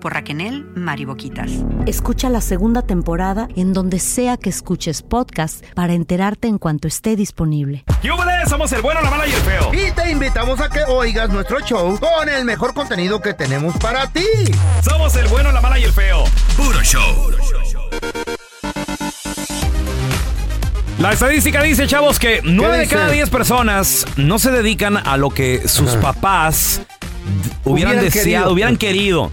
por Raquenel Mariboquitas. Escucha la segunda temporada en donde sea que escuches podcast para enterarte en cuanto esté disponible. ¡Yúbales! Somos el bueno, la mala y el feo. Y te invitamos a que oigas nuestro show con el mejor contenido que tenemos para ti. Somos el bueno, la mala y el feo. Puro show. La estadística dice, chavos, que 9 de dice? cada 10 personas no se dedican a lo que sus papás d- hubieran, Hubieran deseado, querido. hubieran querido.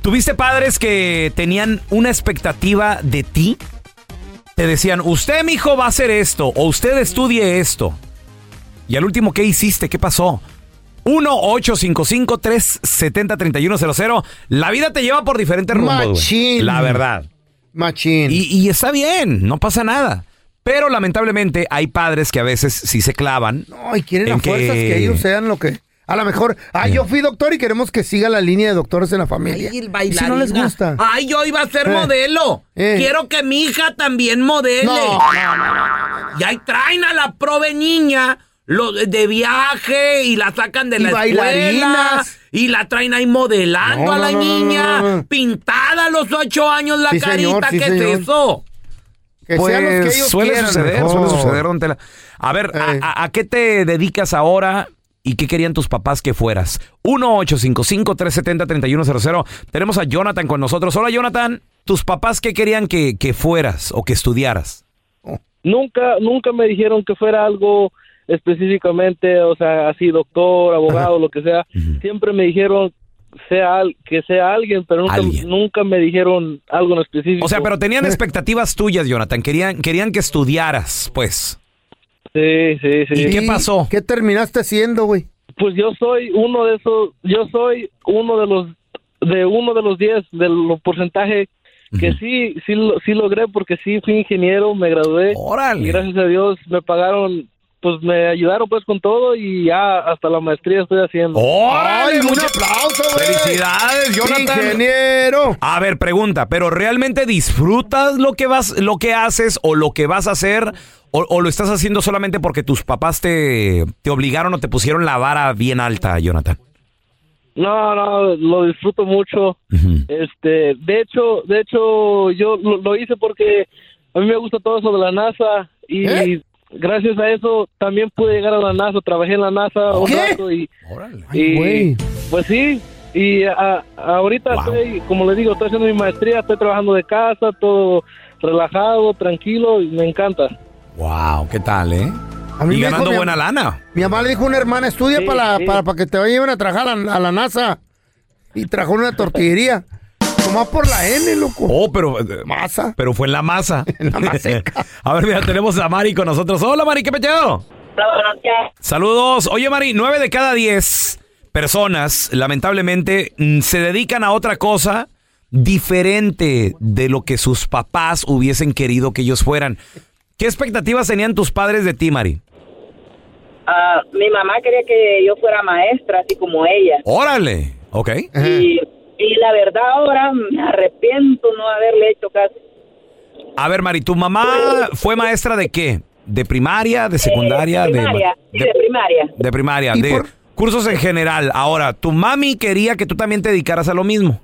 ¿Tuviste padres que tenían una expectativa de ti? Te decían, usted, mi hijo, va a hacer esto, o usted estudie esto. Y al último, ¿qué hiciste? ¿Qué pasó? 1-855-370-3100. La vida te lleva por diferentes rumbos. güey. Machín. La verdad. Machín. Y, y está bien, no pasa nada. Pero lamentablemente hay padres que a veces sí se clavan. No, y quieren en a fuerzas que... que ellos sean lo que. A lo mejor, ah, yo fui doctor y queremos que siga la línea de doctores en la familia. Ay, el Y si no les bailarina. gusta. Ay, yo iba a ser Eh. modelo. Eh. Quiero que mi hija también modele. No. Y ahí traen a la prove niña lo de- de viaje y la sacan de Y la escuela. bailarinas. Y la traen ahí modelando No, a no, la no, no, niña. no, no. Pintada a los ocho años la Sí, carita. señor, sí, ¿Qué señor. es eso? Que Pues, sean los que ellos suele quieran, Eh. suceder, mejor. suele suceder, don Tela. A ver, a- Ey. a, a qué te dedicas ahora y qué querían tus papás que fueras? 1-855-370-3100. Tenemos a Jonathan con nosotros. Hola, Jonathan. ¿Tus papás qué querían que, que fueras o que estudiaras? nunca nunca me dijeron que fuera algo específicamente, o sea, así doctor, abogado, lo que sea. Siempre me dijeron sea al- que sea alguien, pero nunca, Alguien. nunca me dijeron algo en específico. O sea, pero tenían expectativas tuyas, Jonathan. Querían, querían que estudiaras, pues. sí, sí, sí. ¿Y qué pasó? ¿Qué terminaste haciendo, güey? Pues yo soy uno de esos, yo soy uno de los de uno de los 10 del porcentaje que sí sí lo- sí logré porque sí fui ingeniero, me gradué. Y Órale. gracias a Dios me pagaron, pues me ayudaron pues con todo y ya hasta la maestría estoy haciendo. ¡Órale! ¡Ay, un mucha- aplauso, güey! ¡Felicidades, Jonathan! ¡Ingeniero! A ver, pregunta, ¿pero realmente disfrutas lo que vas, lo que haces o lo que vas a hacer? ¿O, o lo estás haciendo solamente porque tus papás te, te obligaron o te pusieron la vara bien alta, Jonathan? No, no, lo disfruto mucho. Este, de hecho, de hecho yo lo, lo hice porque a mí me gusta todo eso de la NASA y ¿Eh? gracias a eso también pude llegar a la NASA, trabajé en la NASA un ¿Qué? rato y Órale. Ay, Y, güey. Pues sí, y a- ahorita Wow. estoy, como le digo, estoy haciendo mi maestría, estoy trabajando de casa, todo relajado, tranquilo, y me encanta. Wow, ¿qué tal, eh? A mí Y me dijo ganando mi- buena lana. Mi mamá le dijo a una hermana, estudia Sí, para, sí. Para, para que te lleven a trabajar a, la- a la NASA. Y trajo una tortillería. Nomás por la N, loco. Oh, pero eh, Masa. pero fue en la masa. la maseca. a ver, mira, tenemos a Mari con nosotros. Hola, Mari, qué pecheado. Saludos. Oye, Mari, nueve de cada diez personas, lamentablemente, mm, se dedican a otra cosa diferente de lo que sus papás hubiesen querido que ellos fueran. ¿Qué expectativas tenían tus padres de ti, Mari? Ah, mi mamá quería que yo fuera maestra, así como ella. Órale. Ok. Ajá. Y, y la verdad ahora me arrepiento no haberle hecho caso. A ver, Mari, ¿tu mamá fue maestra de qué? ¿De primaria? ¿De secundaria? de Eh, primaria, de, sí, de primaria. de primaria, ¿Y de por- cursos en general. Ahora, tu mami quería que tú también te dedicaras a lo mismo.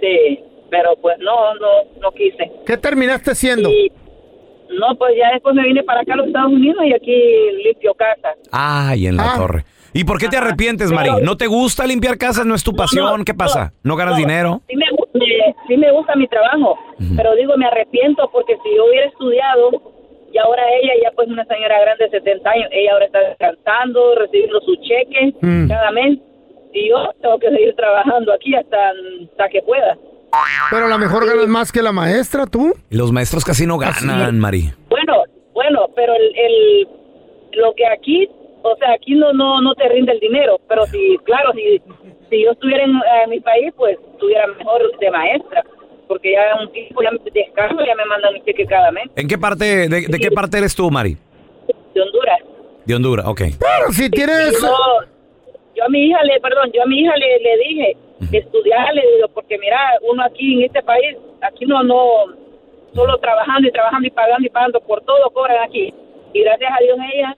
Sí, pero pues no, no, no quise. ¿Qué terminaste siendo? Y no, pues ya después me vine para acá a los Estados Unidos y aquí limpio casa. Ay, en la Ah. torre. ¿Y por qué te arrepientes, Mari? ¿No te gusta limpiar casas? ¿No es tu pasión? ¿Qué pasa? ¿No ganas No, dinero? Sí me, gu- me- sí me gusta mi trabajo, pero digo, me arrepiento porque si yo hubiera estudiado, y ahora ella ya pues una señora grande de 70 años, ella ahora está descansando, recibiendo su cheque Mm. cada mes, y yo tengo que seguir trabajando aquí hasta, hasta que pueda. Pero a lo mejor ganas más que la maestra, tú. Los maestros casi no ganan, Mari. Bueno, bueno, pero el, el- lo que aquí, o sea, aquí no, no, no te rinde el dinero, pero si, claro, si, si yo estuviera en, eh, mi país, pues estuviera mejor de maestra. porque ya un tiempo ya me descanso, ya me mandan mi cheque cada mes ¿En qué parte, de, de qué parte eres tú, Mari? de Honduras. De Honduras, ok. Pero si tienes... Yo, yo a mi hija le, perdón, yo a mi hija le, le dije de estudiar, le digo, porque mira, uno aquí en este país, aquí no, no, solo trabajando y trabajando y pagando y pagando por todo cobran aquí. Y gracias a Dios ella,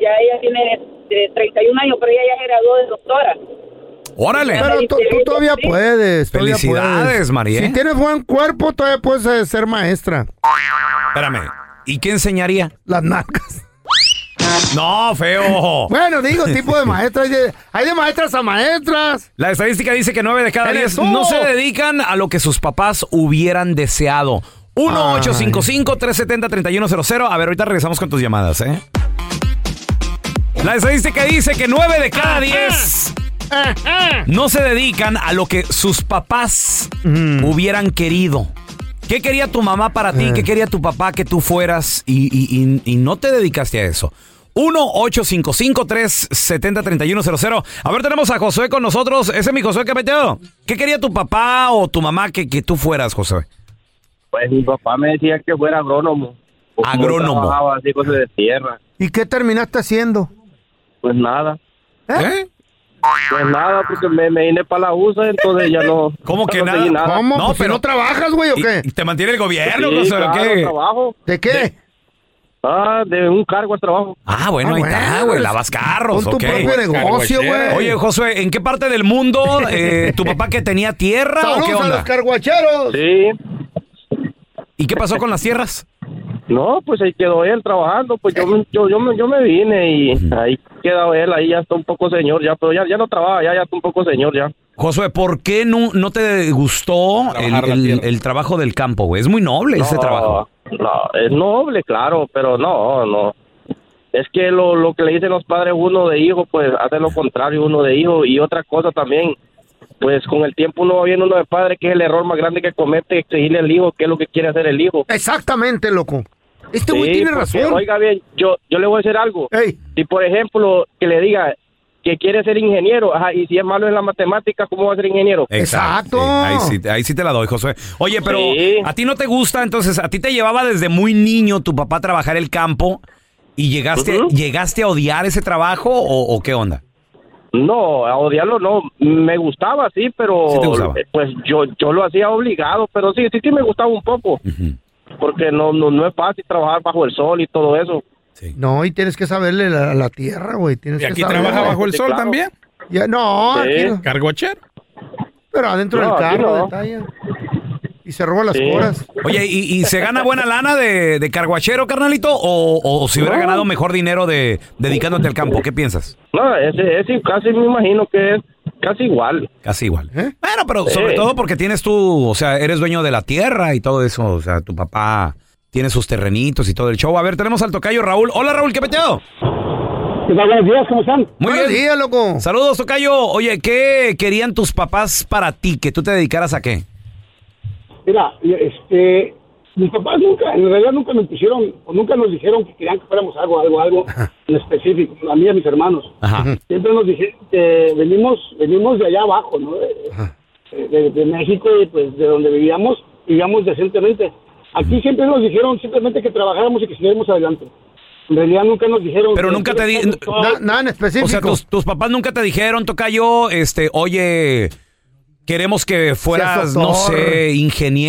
ya ella tiene eh, 31 años, pero ella ya se graduó de doctora. Órale. Pero tú, tú todavía puedes. todavía Felicidades, puedes. Mari, ¿eh? Si tienes buen cuerpo, todavía puedes eh, ser maestra. Espérame. ¿Y qué enseñaría? Las narcas. No, Oh. feo. Bueno, digo, tipo de maestra. Hay de, hay de maestras a maestras. La estadística dice que 9 de cada ¡Eres 10 tú! no se dedican a lo que sus papás hubieran deseado. 1-855-370-3100. A ver, ahorita regresamos con tus llamadas, ¿eh? La estadística dice que 9 de cada 10 no se dedican a lo que sus papás hubieran querido. ¿Qué quería tu mamá para ti? Eh. ¿Qué quería tu papá que tú fueras? Y, y- y- y no te dedicaste a eso. 1-855-370-3100. A ver, tenemos a Josué con nosotros. Ese es mi Josué que ha metido. ¿Qué quería tu papá o tu mamá que, que tú fueras, Josué? Pues mi papá me decía que fuera agrónomo. Pues, como Agrónomo. trabajaba así cosas de tierra. ¿Y qué terminaste haciendo? Pues nada. ¿Eh? Pues nada, porque me, me vine para la USA, entonces ya no. ¿Cómo que no nada? seguí ¿Cómo? No, No, pero pero- no trabajas, güey, o ¿Y- qué? y ¿Te mantiene el gobierno, Sí, Josué? o claro, qué? trabajo. ¿De qué? de- Ah, de un cargo al trabajo. Ah, bueno, Ah, ahí está, bueno, güey. es- Lavas carros, Con tu ok. propio Pues, negocio, güey. Oye, Josué, ¿en qué parte del mundo eh, tu papá que tenía tierra o qué saludos a onda? los carguacheros. Sí. ¿Y qué pasó con las tierras? No, pues ahí quedó él trabajando, pues yo, me- yo, yo, me, yo me vine y ahí quedó él, ahí ya está un poco señor ya, pero ya, ya no trabaja, ya, ya está un poco señor ya. Josué, ¿por qué no, no te gustó el, Trabajar la el- tierra. el trabajo del campo, güey? Es muy noble ese No, trabajo. No, es noble, claro, pero no, no. Es que lo, lo que le dicen los padres uno de hijo, pues hace lo contrario uno de hijo y otra cosa también. Pues con el tiempo uno va viendo uno de padre que es el error más grande que comete exigirle al hijo qué es lo que quiere hacer el hijo. Exactamente, loco. Este güey Sí, tiene porque, razón. Oiga bien, yo, yo le voy a decir algo. Ey, Si, por ejemplo, que le diga que quiere ser ingeniero, ajá, y si es malo en la matemática, ¿cómo va a ser ingeniero? Exacto. Sí, ahí, sí, ahí sí te la doy, Josué. Oye, pero Sí. a ti no te gusta, entonces a ti te llevaba desde muy niño tu papá a trabajar el campo y llegaste, Ujú. llegaste a odiar ese trabajo o, o qué onda? No, a odiarlo no, me gustaba, sí, pero Sí te gustaba. pues yo yo lo hacía obligado, pero sí, sí, sí me gustaba un poco, Ujú, porque no, no, no es fácil trabajar bajo el sol y todo eso. sí. no, y tienes que saberle la, la tierra, güey. Tienes ¿Y aquí que saber. trabaja bajo el Sí, sol claro. también? Ya, no, Sí. aquí no. ¿Cargochero? pero adentro No, del aquí carro, no. de talla. Y se roba las Sí. horas. Oye, ¿y, y se gana buena lana de, de carguachero, carnalito? ¿O, o si hubiera No. ganado mejor dinero de dedicándote al campo? ¿Qué piensas? No, ese, ese casi me imagino que es casi igual. Casi igual. ¿Eh? Bueno, pero sobre Sí. todo porque tienes tú, o sea, eres dueño de la tierra y todo eso. O sea, tu papá tiene sus terrenitos y todo el show. A ver, tenemos al tocayo Raúl. Hola, Raúl, ¿qué peteado? Buenos días, ¿cómo están? Muy Buenos bien. días, loco. Saludos, tocayo. Oye, ¿qué querían tus papás para ti? ¿Que tú te dedicaras a qué? Mira, este, mis papás nunca, en realidad nunca me pusieron, o nunca nos dijeron que querían que fuéramos algo, algo, algo en específico, a mí y a mis hermanos. Ajá. siempre nos dije que venimos venimos de allá abajo, ¿no? De, de- de México y pues de donde vivíamos, vivíamos decentemente. Aquí siempre nos dijeron simplemente que trabajáramos y que siguiéramos adelante. En realidad nunca nos dijeron... Pues Pero que- nunca te di- Na- nada en específico. O sea, tus, tus papás nunca te dijeron, tocayo, este, oye, queremos que fueras, Seas no doctor. sé,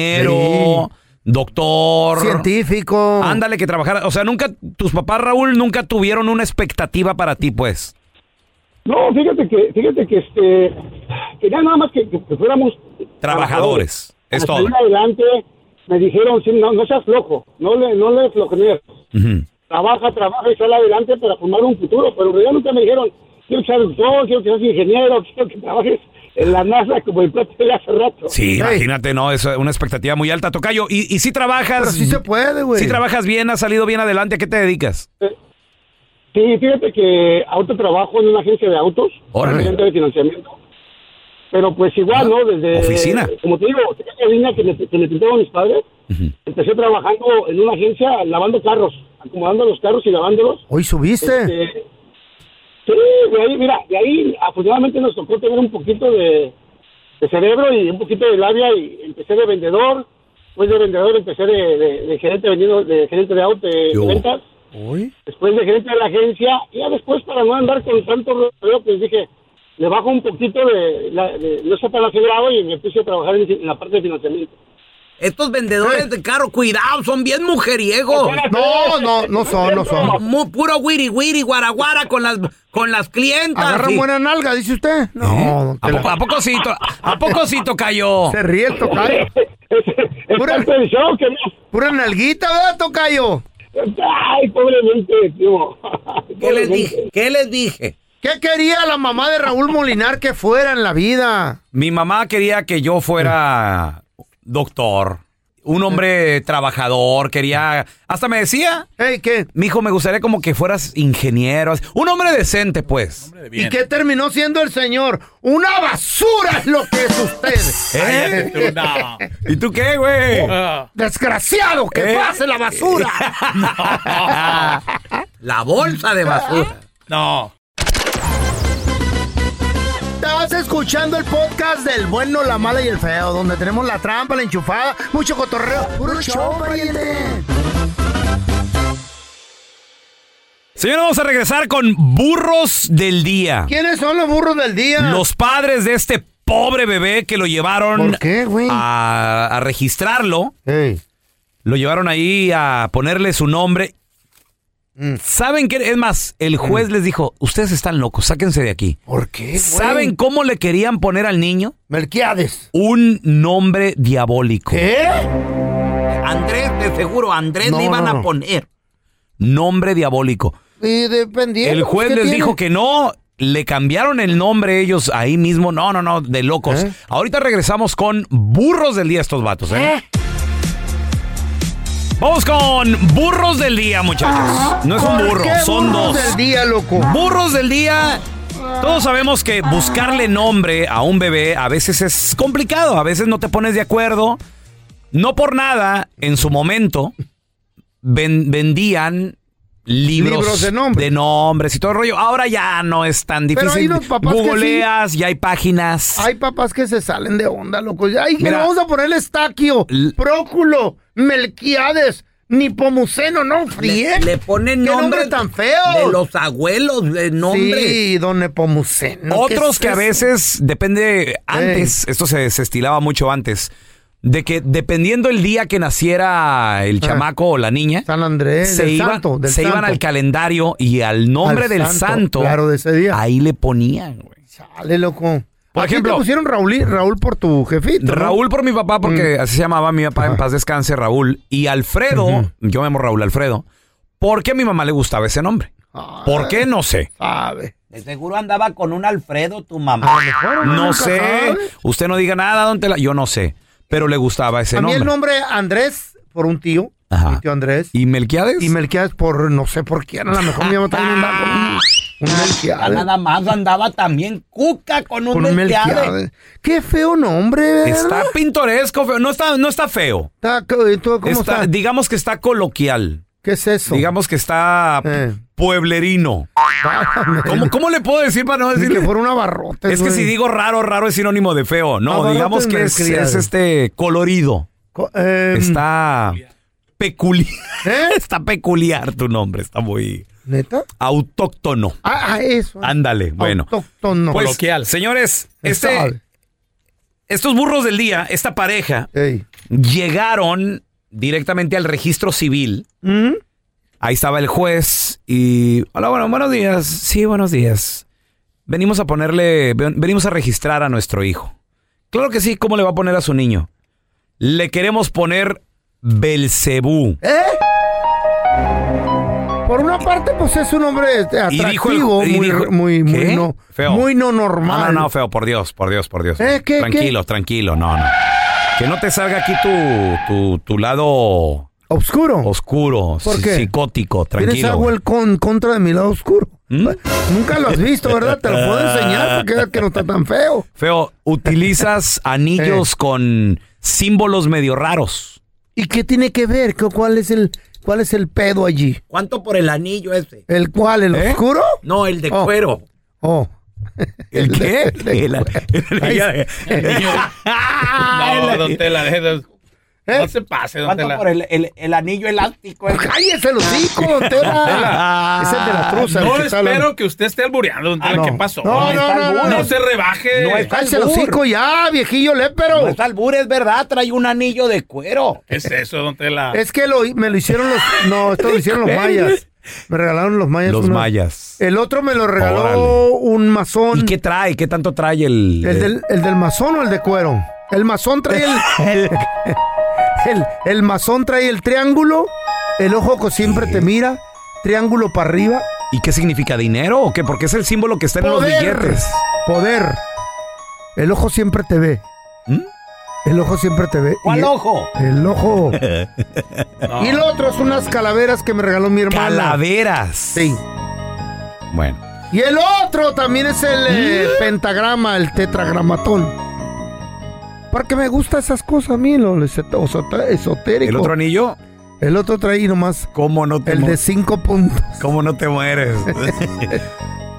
ingeniero, doctor. Científico. Ándale, que trabajara. O sea, nunca, tus papás, Raúl, nunca tuvieron una expectativa para ti, pues. No, fíjate que, fíjate que este... Querían nada más que, que- que fuéramos... Trabajadores. Es Para todo. salir adelante me dijeron, sí, no, no seas flojo, no le, no le flojonees. Ujú. trabaja, trabaja y sale adelante para formar un futuro, pero en realidad nunca me dijeron, quiero que seas doctor, quiero que seas ingeniero, quiero que trabajes en la NASA como el plato de hace rato. Sí, Ey. imagínate, ¿no? Es una expectativa muy alta, tocayo. Y, y si Pero trabajas. sí se puede, güey. si trabajas bien, has salido bien adelante, ¿a qué te dedicas? Sí, fíjate que ahorita trabajo en una agencia de autos, Órale. agente de financiamiento, pero pues igual, ¿no? Desde... Oficina. Como te digo, esa línea que me, que me pintaron mis padres, empecé trabajando en una agencia lavando carros, acomodando los carros y lavándolos. Hoy subiste. Este, sí, de ahí, mira, de ahí afortunadamente nos tocó tener un poquito de, de cerebro y un poquito de labia y empecé de vendedor, después de vendedor empecé de, de- de gerente vendiendo, de gerente de auto, de, ¿Qué hubo? ventas, Uy. después de gerente de la agencia, y ya después para no andar con tanto rollo, pues dije, le bajo un poquito de, la- de- no sé para la figurado y me puse a trabajar en, en la parte de financiamiento. Estos vendedores de carro, cuidado, son bien mujeriegos. No, no, no son, no son. Muy puro wiri wiri, guaraguara con las, con las clientas. Agarran y- buena nalga, dice usted. ¿Eh? No, ¿A te la- poco, Ah, a pococito? ¿A pococito cayó? se ríe el tocayo. Es, es Pura- parte del show que me- Pura nalguita, ¿verdad, tocayo? Ay, pobremente, tío. ¿Qué les dije? ¿Qué les dije? ¿Qué quería la mamá de Raúl Molinar que fuera en la vida? Mi mamá quería que yo fuera doctor, un hombre trabajador, quería... Hasta me decía, Ey, ¿qué? mijo, me gustaría como que fueras ingeniero, así, un hombre decente, pues. ¿Y qué terminó siendo el señor? ¡Una basura es lo que es usted! este ¿Eh? ¿Y tú qué, güey? ¡Desgraciado! ¡Que ¿Eh? pase la basura! La bolsa de basura. Estás escuchando el podcast del bueno, la mala y el feo, donde tenemos la trampa, la enchufada, mucho cotorreo. ¡Puro show, pariente! Señores, vamos a regresar con burros del día. ¿Quiénes son los burros del día? Los padres de este pobre bebé que lo llevaron ¿Por qué, güey? a, a registrarlo, Ey. lo llevaron ahí a ponerle su nombre. Mm. ¿Saben qué? Es más, el juez les dijo, ustedes están locos, sáquense de aquí. ¿Por qué, Eh, güey? ¿Saben cómo le querían poner al niño? Melquiades. Un nombre diabólico. ¿Qué? Andrés, de seguro, Andrés No, le iban no, no. a poner. Nombre diabólico. Y dependiendo. El juez pues, ¿qué les tiene? dijo que no, le cambiaron el nombre ellos ahí mismo. No, no, no, de locos. ¿Eh? Ahorita regresamos con burros del día estos vatos, ¿eh? Vamos con burros del día, muchachos. No es un ¿Por burro, qué son burros dos. del día, loco? Burros del día. Todos sabemos que buscarle nombre a un bebé a veces es complicado, a veces no te pones de acuerdo. No por nada, en su momento, ven- vendían libros, Libros de nombre. de nombres y todo el rollo. Ahora ya no es tan Pero difícil. hay unos papás que Googleas, ya hay páginas. Hay papás que se salen de onda, loco. Ay, que Mira. le vamos a ponerle estaquio, L- próculo, melquiades, nipomuceno, no Le, fríe. le ponen ¿Qué nombres nombre tan feo? de los abuelos, de nombres. Sí, don Nepomuceno. ¿qué Otros es que a eso? veces, depende, antes, esto se, se estilaba mucho antes, de que dependiendo el día que naciera el chamaco o la niña, Ah. San Andrés, se, del iba- santo, del se iban santo. al calendario y al nombre Al del santo, santo, claro, de ese día. ahí le ponían, güey. Chale, loco. Por ¿A ti ejemplo- te pusieron Raúl, Raúl por tu jefito. no? Raúl por mi papá, porque Mm. así se llamaba mi papá, en paz descanse, Raúl. Y Alfredo, yo me llamo Raúl Alfredo, porque a mi mamá le gustaba ese nombre. Ah, ¿Por qué? No sé. Sabe. Ah, De seguro andaba con un Alfredo, tu mamá. Ah, No nunca sé. sabe. Usted no diga nada, don Tela. Yo no sé. Pero le gustaba ese A mí nombre. el nombre Andrés, por un tío, Ajá. mi tío Andrés. ¿Y Melquiades? Ah, Y Melquiades por no sé por quién. A lo mejor mi mamá también andaba con un- un Ya Melquiades. Nada más andaba también Cuca con un, Con un Melquiades. Melquiades. Qué feo nombre, ¿verdad? Está pintoresco, feo. No está, no está feo. Está- ¿tú ¿Cómo Está- está? Digamos que está coloquial. ¿Qué es eso? Digamos que está Eh. pueblerino. Válgame. ¿Cómo, cómo le puedo decir para no Ah, Ni que decirle? fuera un abarrote. Es que güey. si digo raro, raro es sinónimo de feo. No, Abarrotes digamos que es, malcriado. es este colorido. Co- em, Está peculiar. ¿Eh? Está peculiar tu nombre. Está muy ¿Neta? autóctono. Ah, ah, eso. Ándale, bueno. Autóctono. Pues, señores, este, Sabe. estos burros del día, esta pareja, Ey. llegaron directamente al registro civil. ¿Mm? Ahí estaba el juez y... Hola, bueno, buenos días. Sí, buenos días. Venimos a ponerle... ven- Venimos a registrar a nuestro hijo. Claro que sí, ¿cómo le va a poner a su niño? Le queremos poner Belcebú. ¿Eh? Por una parte, pues es un hombre este, Y dijo el- atractivo, y muy, dijo- muy, muy, ¿Qué? no, Feo. muy no No, normal. no, no, feo, por Dios, por Dios, por Dios. ¿Eh? ¿Qué, qué? tranquilo, tranquilo, no, no. Que no te salga aquí tu, tu, tu lado Oscuro. oscuro, ¿Por si- qué? psicótico, Tienes tranquilo. algo güey. el con, contra de mi lado oscuro. ¿Mm? Nunca lo has visto, ¿verdad? Te lo puedo enseñar porque es que no está tan feo. Eh. Feo, utilizas anillos con símbolos medio raros. ¿Y qué tiene que ver? ¿Qué- ¿Cuál es el, cuál es el pedo allí? ¿Cuánto por el anillo ese? ¿El cuál? ¿El ¿Eh? oscuro? No, el de Oh. cuero. Oh, ¿El qué? El- el- No, don Tela, deje de- No ¿Eh? se pase, don ¿Cuánto Tela. Eh, por el, el- el anillo elástico? ¡Cállese el hocico, don Ah. Tela. Es el de la truza, Ah, No el que espero está hablando. que usted esté albureando, don Tela. ¿Qué pasó? No, no, no, no. se rebaje. Cállese el hocico ya, viejillo lépero. No es albur, es verdad, trae un anillo de cuero. ¿Qué es eso, don Tela? Es que lo, me lo hicieron los. No, esto lo hicieron ¿Eh? los mayas. Me regalaron los mayas. Los uno. mayas. El otro me lo regaló Órale. un masón. ¿Y qué trae? ¿Qué tanto trae el...? ¿El del, el del masón o el de cuero? El masón trae el. el, el masón trae el triángulo. El ojo que siempre te mira. Triángulo para arriba. ¿Y qué eh, significa? ¿Dinero o qué? Porque es el símbolo que está en los Poder. billetes. Poder. El ojo siempre te ve. El ojo siempre te ve. ¿Mm? ¿Cuál Y el- ojo? El ojo. Y el otro son unas calaveras que me regaló mi hermana. Calaveras. Sí. Bueno. Y el otro también es el eh, pentagrama, el tetragramatón. Porque me gustan esas cosas a mí, lo lo esot- osota- esotérico. ¿El otro anillo? El otro traí nomás. ¿Cómo no te El mo- de cinco puntos. ¿Cómo no te mueres?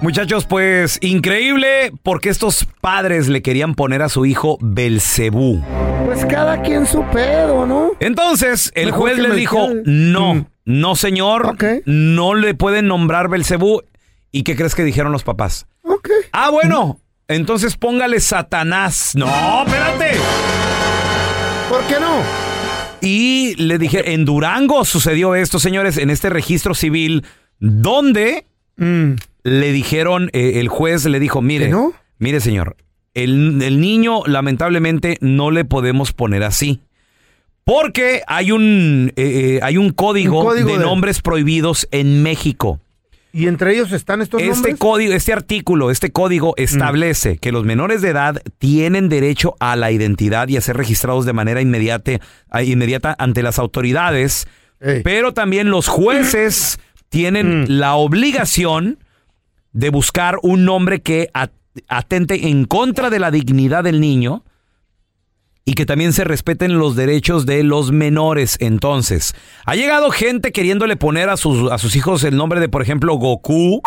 Muchachos, pues increíble porque estos padres le querían poner a su hijo Belcebú. Pues cada quien su pedo, ¿no? Entonces, el Mejor juez que les me Mm. dijo, quede. no, no señor, no le pueden nombrar Belcebú. ¿Y qué crees que dijeron los papás? Ah, bueno, entonces póngale Satanás. No, espérate. ¿Por qué no? Y le dije, en Durango sucedió esto, señores, en este registro civil, donde Mm. le dijeron, eh, el juez le dijo, mire, mire señor, el, el niño lamentablemente no le podemos poner así. Porque hay un, eh, eh, hay un código, Un código de de- nombres prohibidos en México. Y entre ellos están estos Este nombres. Mm. código, este artículo, este código establece que los menores de edad tienen derecho a la identidad y a ser registrados de manera inmediata, a- inmediata ante las autoridades, pero también los jueces Mm. tienen la obligación de buscar un nombre que at- atente en contra de la dignidad del niño y que también se respeten los derechos de los menores. Entonces, ha llegado gente queriéndole poner a sus, a sus hijos el nombre de, por ejemplo, Goku,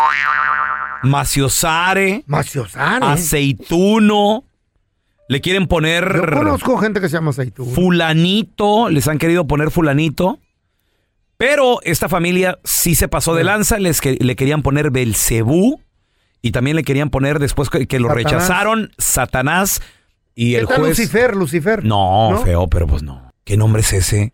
Maciosare, Maciosare. Aceituno. Le quieren poner Yo conozco gente que se llama Aceitú. fulanito, les han querido poner fulanito. Pero esta familia sí se pasó de lanza, les que- le querían poner Belcebú y también le querían poner después que, que lo Satanás. rechazaron Satanás y ¿Qué el tal juez Lucifer, Lucifer? No, feo, pero pues no. ¿Qué nombre es ese?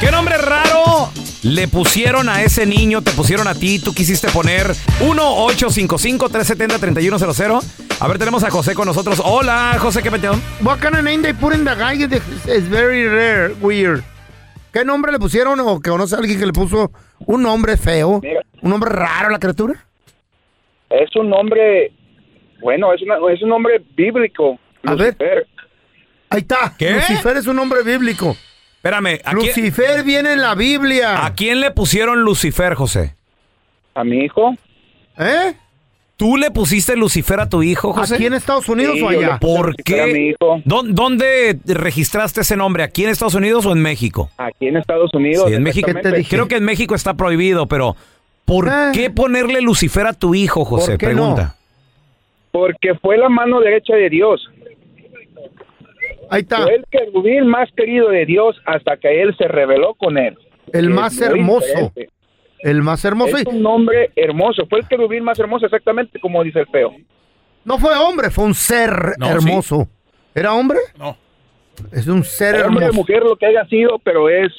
¿Qué nombre raro le pusieron a ese niño? ¿Te pusieron a ti? ¿Tú quisiste poner 1-855-370-3100? A ver, tenemos a José con nosotros. Hola, José, ¿qué peteón? What kind of name they put in the guy is- is very rare, weird. ¿Qué nombre le pusieron o que conoce a alguien que le puso un nombre feo? ¿Un nombre raro a la criatura? Es un nombre, bueno, es, una- es un nombre bíblico. A ver. Ahí está. ¿Qué? Lucifer es un nombre bíblico. Espérame, ¿a quién- Lucifer viene en la Biblia. ¿A quién le pusieron Lucifer, José? A mi hijo. ¿Eh? ¿Tú le pusiste Lucifer a tu hijo, José? ¿Aquí en Estados Unidos Sí, o allá? yo le puse ¿Por Lucifer qué? a mi ¿Dó- ¿Dónde registraste ese nombre? ¿Aquí en Estados Unidos o en México? Aquí en Estados Unidos. Sí, en México. exactamente. Creo que en México está prohibido, pero ¿por Ah. qué ponerle Lucifer a tu hijo, José? ¿Por qué Pregunta. Porque fue la mano derecha de Dios. Ahí está. Fue el querubín más querido de Dios hasta que él se reveló con él. El Es más muy hermoso. diferente. El más hermoso. Es y- un nombre hermoso. Fue el querubín más hermoso, exactamente como dice el feo. No fue hombre, fue un ser No, hermoso. ¿Era hombre? No. Es un ser Hombre, hermoso. mujer, lo que haya sido, pero es.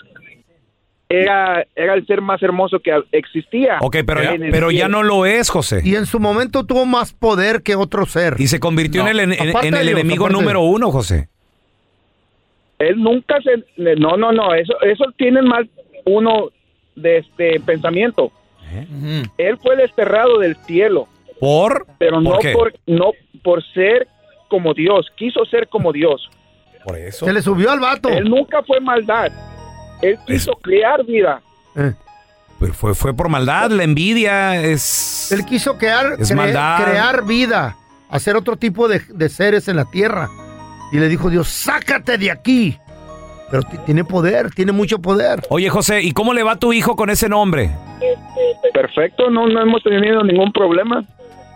Era, era el ser más hermoso que existía. Ok, pero, En el pero ya cielo. no lo es, José. Y en su momento tuvo más poder que otro ser. Y se convirtió en No. el, en- en- Aparte en de el Dios, enemigo aparte de- número uno, José. Él nunca se... No, no, no, eso, eso tiene mal uno de este pensamiento. Él fue desterrado del cielo. ¿Por? Pero no ¿Por ¿Por, qué? no por ser como Dios, quiso ser como Dios. Por eso. Se le subió al vato. Él nunca fue maldad. Él quiso crear vida. Pero fue, fue por maldad, la envidia es... Él quiso crear, Es cre- maldad. crear vida, hacer otro tipo de, de seres en la tierra. Y le dijo Dios, sácate de aquí. Pero t- tiene poder, tiene mucho poder. Oye, José, ¿y cómo le va a tu hijo con ese nombre? Este, Perfecto, no, no hemos tenido ningún problema.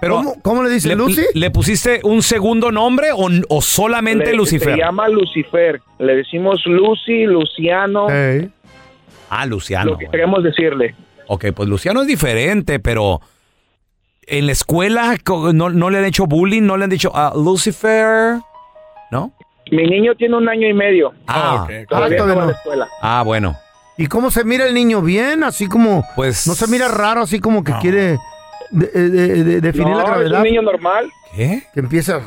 Pero, ¿Cómo- le dice Lucy? ¿Le pusiste un segundo nombre o, o solamente Le- Lucifer? Se llama Lucifer. Le decimos Lucy, Luciano. Ah, Luciano. Lo que queremos decirle. Ok, pues Luciano es diferente, pero en la escuela co- no, no le han hecho bullying, no le han dicho a Lucifer, ¿no? Mi niño tiene un año y medio. Ah, Todavía Ah, todavía no va a no. la escuela. Ah, bueno. ¿Y cómo se mira el niño? Bien, así como... Pues... No se mira raro, así como que quiere de- eh, de- de- de- definir No, la es gravedad. un niño normal. ¿Qué? Que empieza...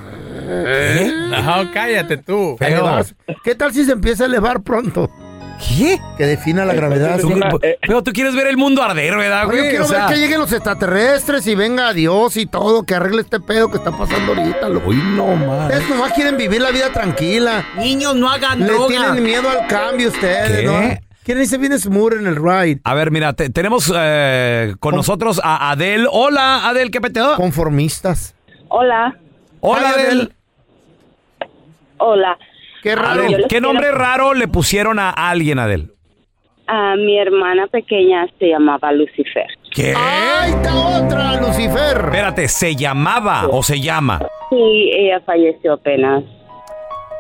Ajá, cállate tú. a elevarse. ¿Qué tal si se empieza a elevar pronto? ¿Qué? Que defina la gravedad. Tú- Eh, Pero tú quieres ver el mundo arder, ¿verdad, Ah, güey? yo quiero O sea, ver que lleguen los extraterrestres y venga Dios y todo, que arregle este pedo que está pasando ahorita. loco. Uy, no, man. Ustedes nomás quieren vivir la vida tranquila. Niños, no hagan Le droga. tienen miedo al cambio ustedes, ¿Qué? ¿Eh? ¿no? Quieren irse bien smooth en el ride. A ver, mira, te- tenemos eh, con nosotros a Adel. Hola, Adel, ¿qué peteo? Conformistas. Hola. Hola, Adel. Hola. Ah, Qué raro. Adel, ¿Qué nombre raro le pusieron a alguien, Adel? A mi hermana pequeña se llamaba Lucifer. ¿Qué? ¡Ahí está otra, Lucifer! Espérate, ¿se llamaba o se llama? Y ella falleció apenas.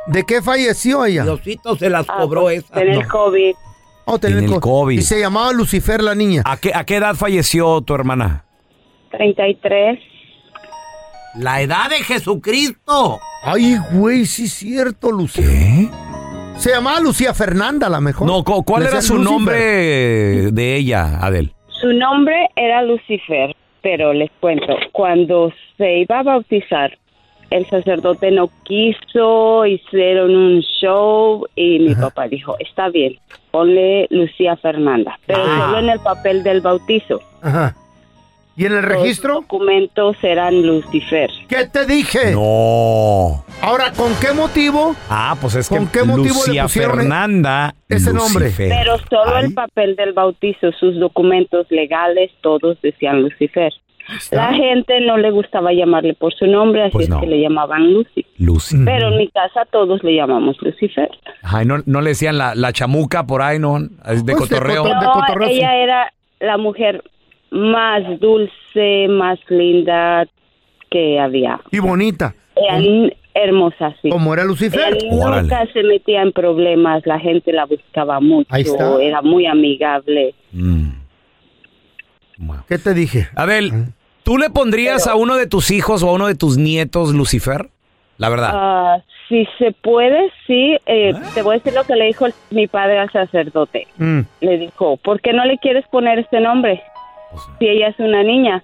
¿De qué falleció ella? Diosito se las cobró esa. En el Ah, pues, COVID. Oh, tenía Tiene el COVID. Y se llamaba Lucifer la niña. ¿A qué, a qué edad falleció tu hermana? 33. La edad de Jesucristo. Ay, güey, sí es cierto, Lucía. Se llamaba Lucía Fernanda, la mejor. No, cu- ¿cuál Le era decían su Lucifer. nombre de ella, Adel? Su nombre era Lucifer, pero les cuento, cuando se iba a bautizar, el sacerdote no quiso, hicieron un show y mi papá dijo, está bien, ponle Lucía Fernanda, pero Ah. solo en el papel del bautizo. Ajá. ¿Y en el Pues, registro? Los documentos eran Lucifer. ¿Qué te dije? No. Ahora, ¿con qué motivo? Ah, pues es que ¿Con qué motivo le Lucía pusieron e- Fernanda. ese nombre? Lucifer. Pero solo el papel del bautizo, sus documentos legales, todos decían Lucifer. La gente no le gustaba llamarle por su nombre, así Pues es no. que le llamaban Lucy. Lucy. Pero en mi casa todos le llamamos Lucifer. Ay, no, no le decían la, la chamuca por ahí, ¿no? Es De Pues de cotorreo. cotor- No, ella era la mujer más dulce, más linda que había. Y bonita. Eran hermosas, sí. Como era Lucifer. Ella nunca se metía en problemas, la gente la buscaba mucho, Ahí está. era muy amigable. ¿Qué te dije? Ah. Adel, ¿tú le pondrías a uno de tus hijos o a uno de tus nietos Lucifer? La verdad. Ah, si se puede, sí. eh, Ah. Te voy a decir lo que le dijo el- mi padre al sacerdote. Mm. Le dijo, ¿por qué no le quieres poner este nombre? Si ella es una niña.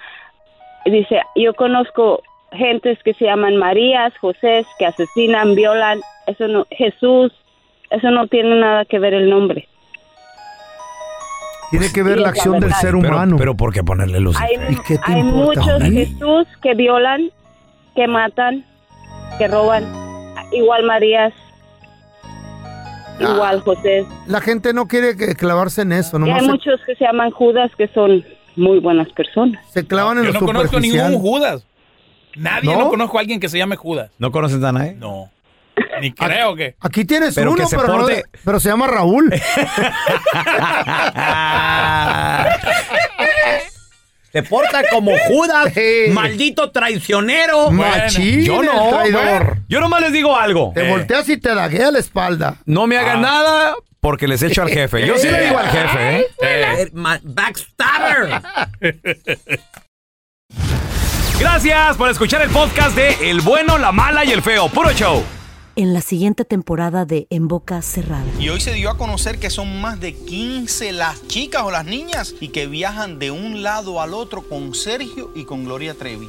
Y Dice, yo conozco gentes que se llaman Marías, José, que asesinan, violan. Eso no, Jesús, eso no tiene nada que ver el nombre. Pues Tiene que ver la acción del ser humano. Pero, ¿por qué ponerle Lucifer? Hay, qué te hay importa, muchos hombre? Jesús que violan, que matan, que roban. Igual Marías, igual José. Ah. La gente no quiere que- clavarse en eso. Y Nomás hay se, muchos que se llaman Judas que son muy buenas personas. se clavan en Yo lo no conozco superficial. ningún Judas. Nadie, ¿No? no, conozco a alguien que se llame Judas. ¿No conoces a nadie? No. Ni creo que. Aquí tienes Pero uno, que se pero, no porte- de- pero se llama Raúl. Se porta como Judas, Sí. maldito traicionero. Machín, Yo no. el traidor. Yo nomás les digo algo. Eh, Te volteas y te daguea la espalda. Ah. No me hagan nada porque les echo al jefe. Yo sí le digo al jefe, ¿eh? Eh, ma- Backstabber. Gracias por escuchar el podcast de El Bueno, la Mala y el Feo. Puro show. En la siguiente temporada de En Boca Cerrada. Y hoy se dio a conocer que son más de 15 las chicas o las niñas y que viajan de un lado al otro con Sergio y con Gloria Trevi.